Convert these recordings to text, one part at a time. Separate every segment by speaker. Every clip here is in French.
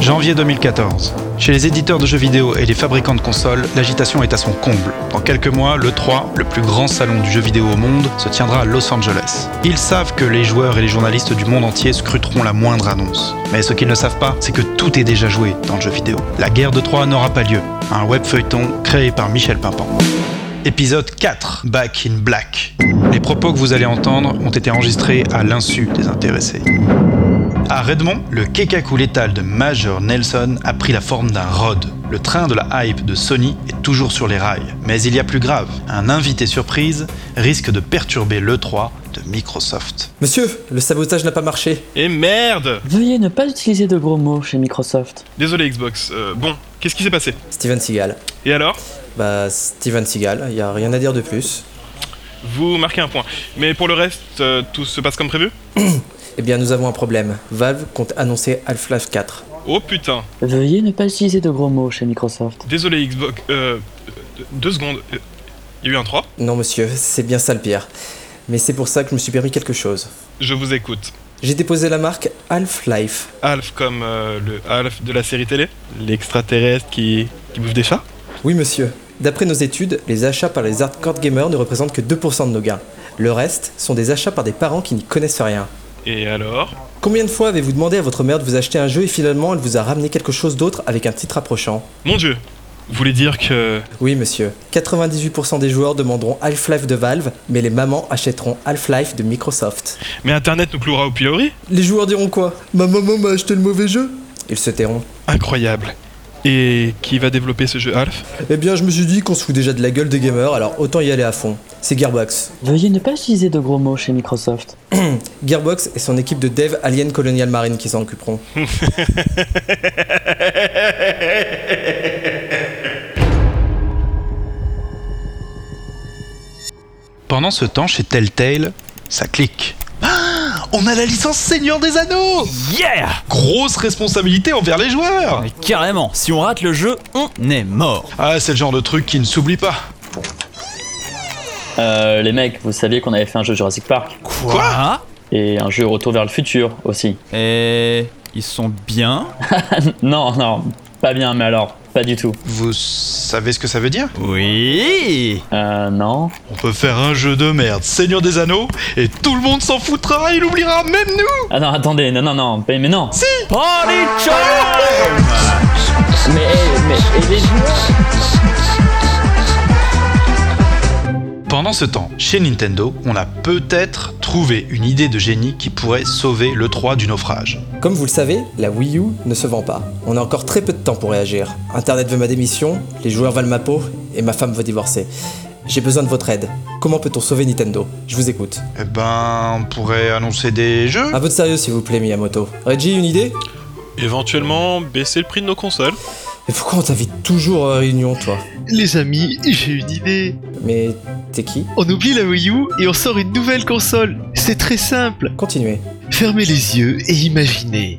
Speaker 1: Janvier 2014. Chez les éditeurs de jeux vidéo et les fabricants de consoles, l'agitation est à son comble. Dans quelques mois, le 3, le plus grand salon du jeu vidéo au monde, se tiendra à Los Angeles. Ils savent que les joueurs et les journalistes du monde entier scruteront la moindre annonce. Mais ce qu'ils ne savent pas, c'est que tout est déjà joué dans le jeu vidéo. La guerre de 3 n'aura pas lieu. Un web feuilleton créé par Michel Pimpant. Épisode 4, Back in Black. Les propos que vous allez entendre ont été enregistrés à l'insu des intéressés. À Redmond, le kekaku létal de Major Nelson a pris la forme d'un rod. Le train de la hype de Sony est toujours sur les rails. Mais il y a plus grave, un invité surprise risque de perturber l'E3 de Microsoft.
Speaker 2: Monsieur, le sabotage n'a pas marché.
Speaker 3: Et merde
Speaker 4: Veuillez ne pas utiliser de gros mots chez Microsoft.
Speaker 3: Désolé Xbox. Euh, bon, qu'est-ce qui s'est passé
Speaker 2: Steven Seagal.
Speaker 3: Et alors
Speaker 2: Bah, Steven Seagal, il a rien à dire de plus.
Speaker 3: Vous marquez un point. Mais pour le reste, euh, tout se passe comme prévu
Speaker 2: Eh bien, nous avons un problème. Valve compte annoncer Half-Life 4.
Speaker 3: Oh putain
Speaker 4: Veuillez ne pas utiliser de gros mots chez Microsoft.
Speaker 3: Désolé Xbox. Euh, deux secondes. Euh, Il y a eu un 3
Speaker 2: Non, monsieur, c'est bien ça le pire. Mais c'est pour ça que je me suis permis quelque chose.
Speaker 3: Je vous écoute.
Speaker 2: J'ai déposé la marque Half-Life.
Speaker 3: Alf comme euh, le Alf de la série télé L'extraterrestre qui, qui bouffe des chats
Speaker 2: Oui, monsieur. D'après nos études, les achats par les hardcore gamers ne représentent que 2% de nos gains. Le reste sont des achats par des parents qui n'y connaissent rien.
Speaker 3: Et alors
Speaker 2: Combien de fois avez-vous demandé à votre mère de vous acheter un jeu et finalement elle vous a ramené quelque chose d'autre avec un titre approchant
Speaker 3: Mon dieu Vous voulez dire que...
Speaker 2: Oui, monsieur. 98% des joueurs demanderont Half-Life de Valve, mais les mamans achèteront Half-Life de Microsoft.
Speaker 3: Mais Internet nous clouera au pilori
Speaker 2: Les joueurs diront quoi Ma maman m'a acheté le mauvais jeu Ils se tairont.
Speaker 3: Incroyable Et qui va développer ce jeu Alf
Speaker 2: Eh bien, je me suis dit qu'on se fout déjà de la gueule des gamers, alors autant y aller à fond. C'est Gearbox.
Speaker 4: Veuillez ne pas utiliser de gros mots chez Microsoft.
Speaker 2: Gearbox et son équipe de dev Alien Colonial Marine qui s'en occuperont.
Speaker 1: Pendant ce temps, chez Telltale, ça clique. Ah, on a la licence Seigneur des Anneaux
Speaker 5: Yeah
Speaker 1: Grosse responsabilité envers les joueurs
Speaker 5: Ah. Mais carrément, si on rate le jeu, on est mort.
Speaker 1: Ah, c'est le genre de truc qui ne s'oublie pas.
Speaker 6: Euh, les mecs, vous saviez qu'on avait fait un jeu Jurassic Park
Speaker 5: Quoi
Speaker 6: et un jeu Retour vers le futur aussi.
Speaker 5: Et ils sont bien
Speaker 6: Non, non, pas bien, mais alors, pas du tout.
Speaker 1: Vous savez ce que ça veut dire
Speaker 5: Oui.
Speaker 6: Euh, non.
Speaker 1: On peut faire un jeu de Oh merde, Seigneur des Anneaux, et tout le monde s'en foutra, il oubliera, même nous
Speaker 6: Ah non, attendez, non, non, non, mais, mais non.
Speaker 5: Party time
Speaker 6: Mais, eh, mais, eh,
Speaker 1: Pendant ce temps, chez Nintendo, on a peut-être trouvé une idée de génie qui pourrait sauver le 3 du naufrage.
Speaker 2: Comme vous le savez, la Wii U ne se vend pas. On a encore très peu de temps pour réagir. Internet veut ma démission, les joueurs valent ma peau et ma femme veut divorcer. J'ai besoin de votre aide. Comment peut-on sauver Nintendo Je vous écoute.
Speaker 1: Eh ben, on pourrait annoncer des jeux
Speaker 2: Un peu de sérieux s'il vous plaît, Miyamoto. Reggie, une idée
Speaker 7: Éventuellement baisser le prix de nos consoles.
Speaker 2: Mais pourquoi on t'invite toujours à la réunion, toi
Speaker 8: Les amis, j'ai une idée.
Speaker 2: Mais t'es qui
Speaker 8: On oublie la Wii U et on sort une nouvelle console. C'est très simple.
Speaker 2: Continuez.
Speaker 8: Fermez les yeux et imaginez.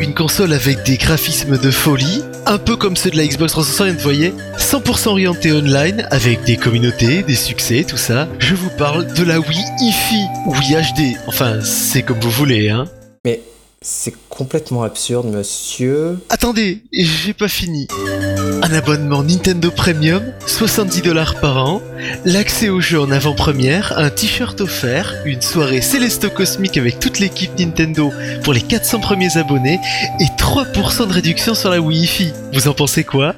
Speaker 8: Une console avec des graphismes de folie, un peu comme ceux de la Xbox 360, vous voyez 100% orientée online, avec des communautés, des succès, tout ça. Je vous parle de la Wii IFI, ou Wii HD, enfin, c'est comme vous voulez, hein.
Speaker 2: Mais c'est complètement absurde, monsieur.
Speaker 8: Attendez, j'ai pas fini. Un abonnement Nintendo Premium, 70 dollars par an, l'accès au jeu en avant-première, un t-shirt offert, une soirée Célesto Cosmique avec toute l'équipe Nintendo pour les 400 premiers abonnés et 3% de réduction sur la Wi-Fi. Vous en pensez quoi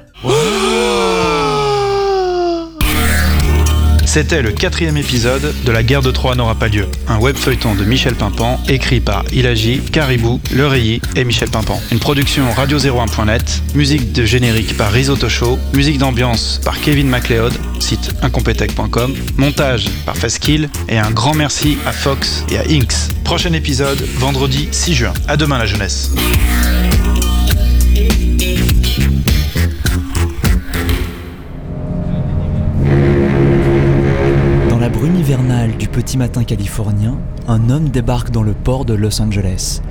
Speaker 1: C'était le quatrième épisode de La guerre de Troie n'aura pas lieu, un web feuilleton de Michel Pimpant écrit par Ilagi, Caribou, Le Reilly et Michel Pimpant. Une production radio01.net, musique de générique par Risotto Show, musique d'ambiance par Kevin MacLeod, site incompetech.com, montage par Faskill et un grand merci à Fox et à Inks. Prochain épisode vendredi 6 juin. À demain la jeunesse.
Speaker 9: Dans la brume hivernale du petit matin californien, un homme débarque dans le port de Los Angeles.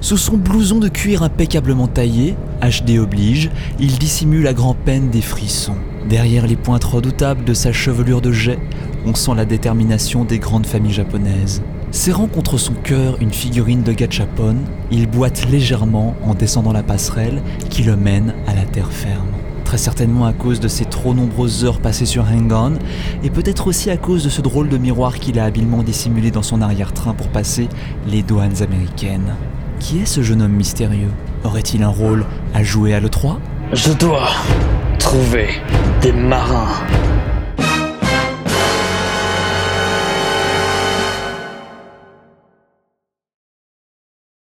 Speaker 9: Sous son blouson de cuir impeccablement taillé, HD oblige, il dissimule à grand-peine des frissons. Derrière les pointes redoutables de sa chevelure de jet, on sent la détermination des grandes familles japonaises. Serrant contre son cœur une figurine de gachapon, il boite légèrement en descendant la passerelle qui le mène à la terre ferme. Très certainement à cause de ses trop nombreuses heures passées sur Hang-On, et peut-être aussi à cause de ce drôle de miroir qu'il a habilement dissimulé dans son arrière-train pour passer les douanes américaines. Qui est ce jeune homme mystérieux Aurait-il un rôle à jouer à l'E3
Speaker 6: Je dois trouver des marins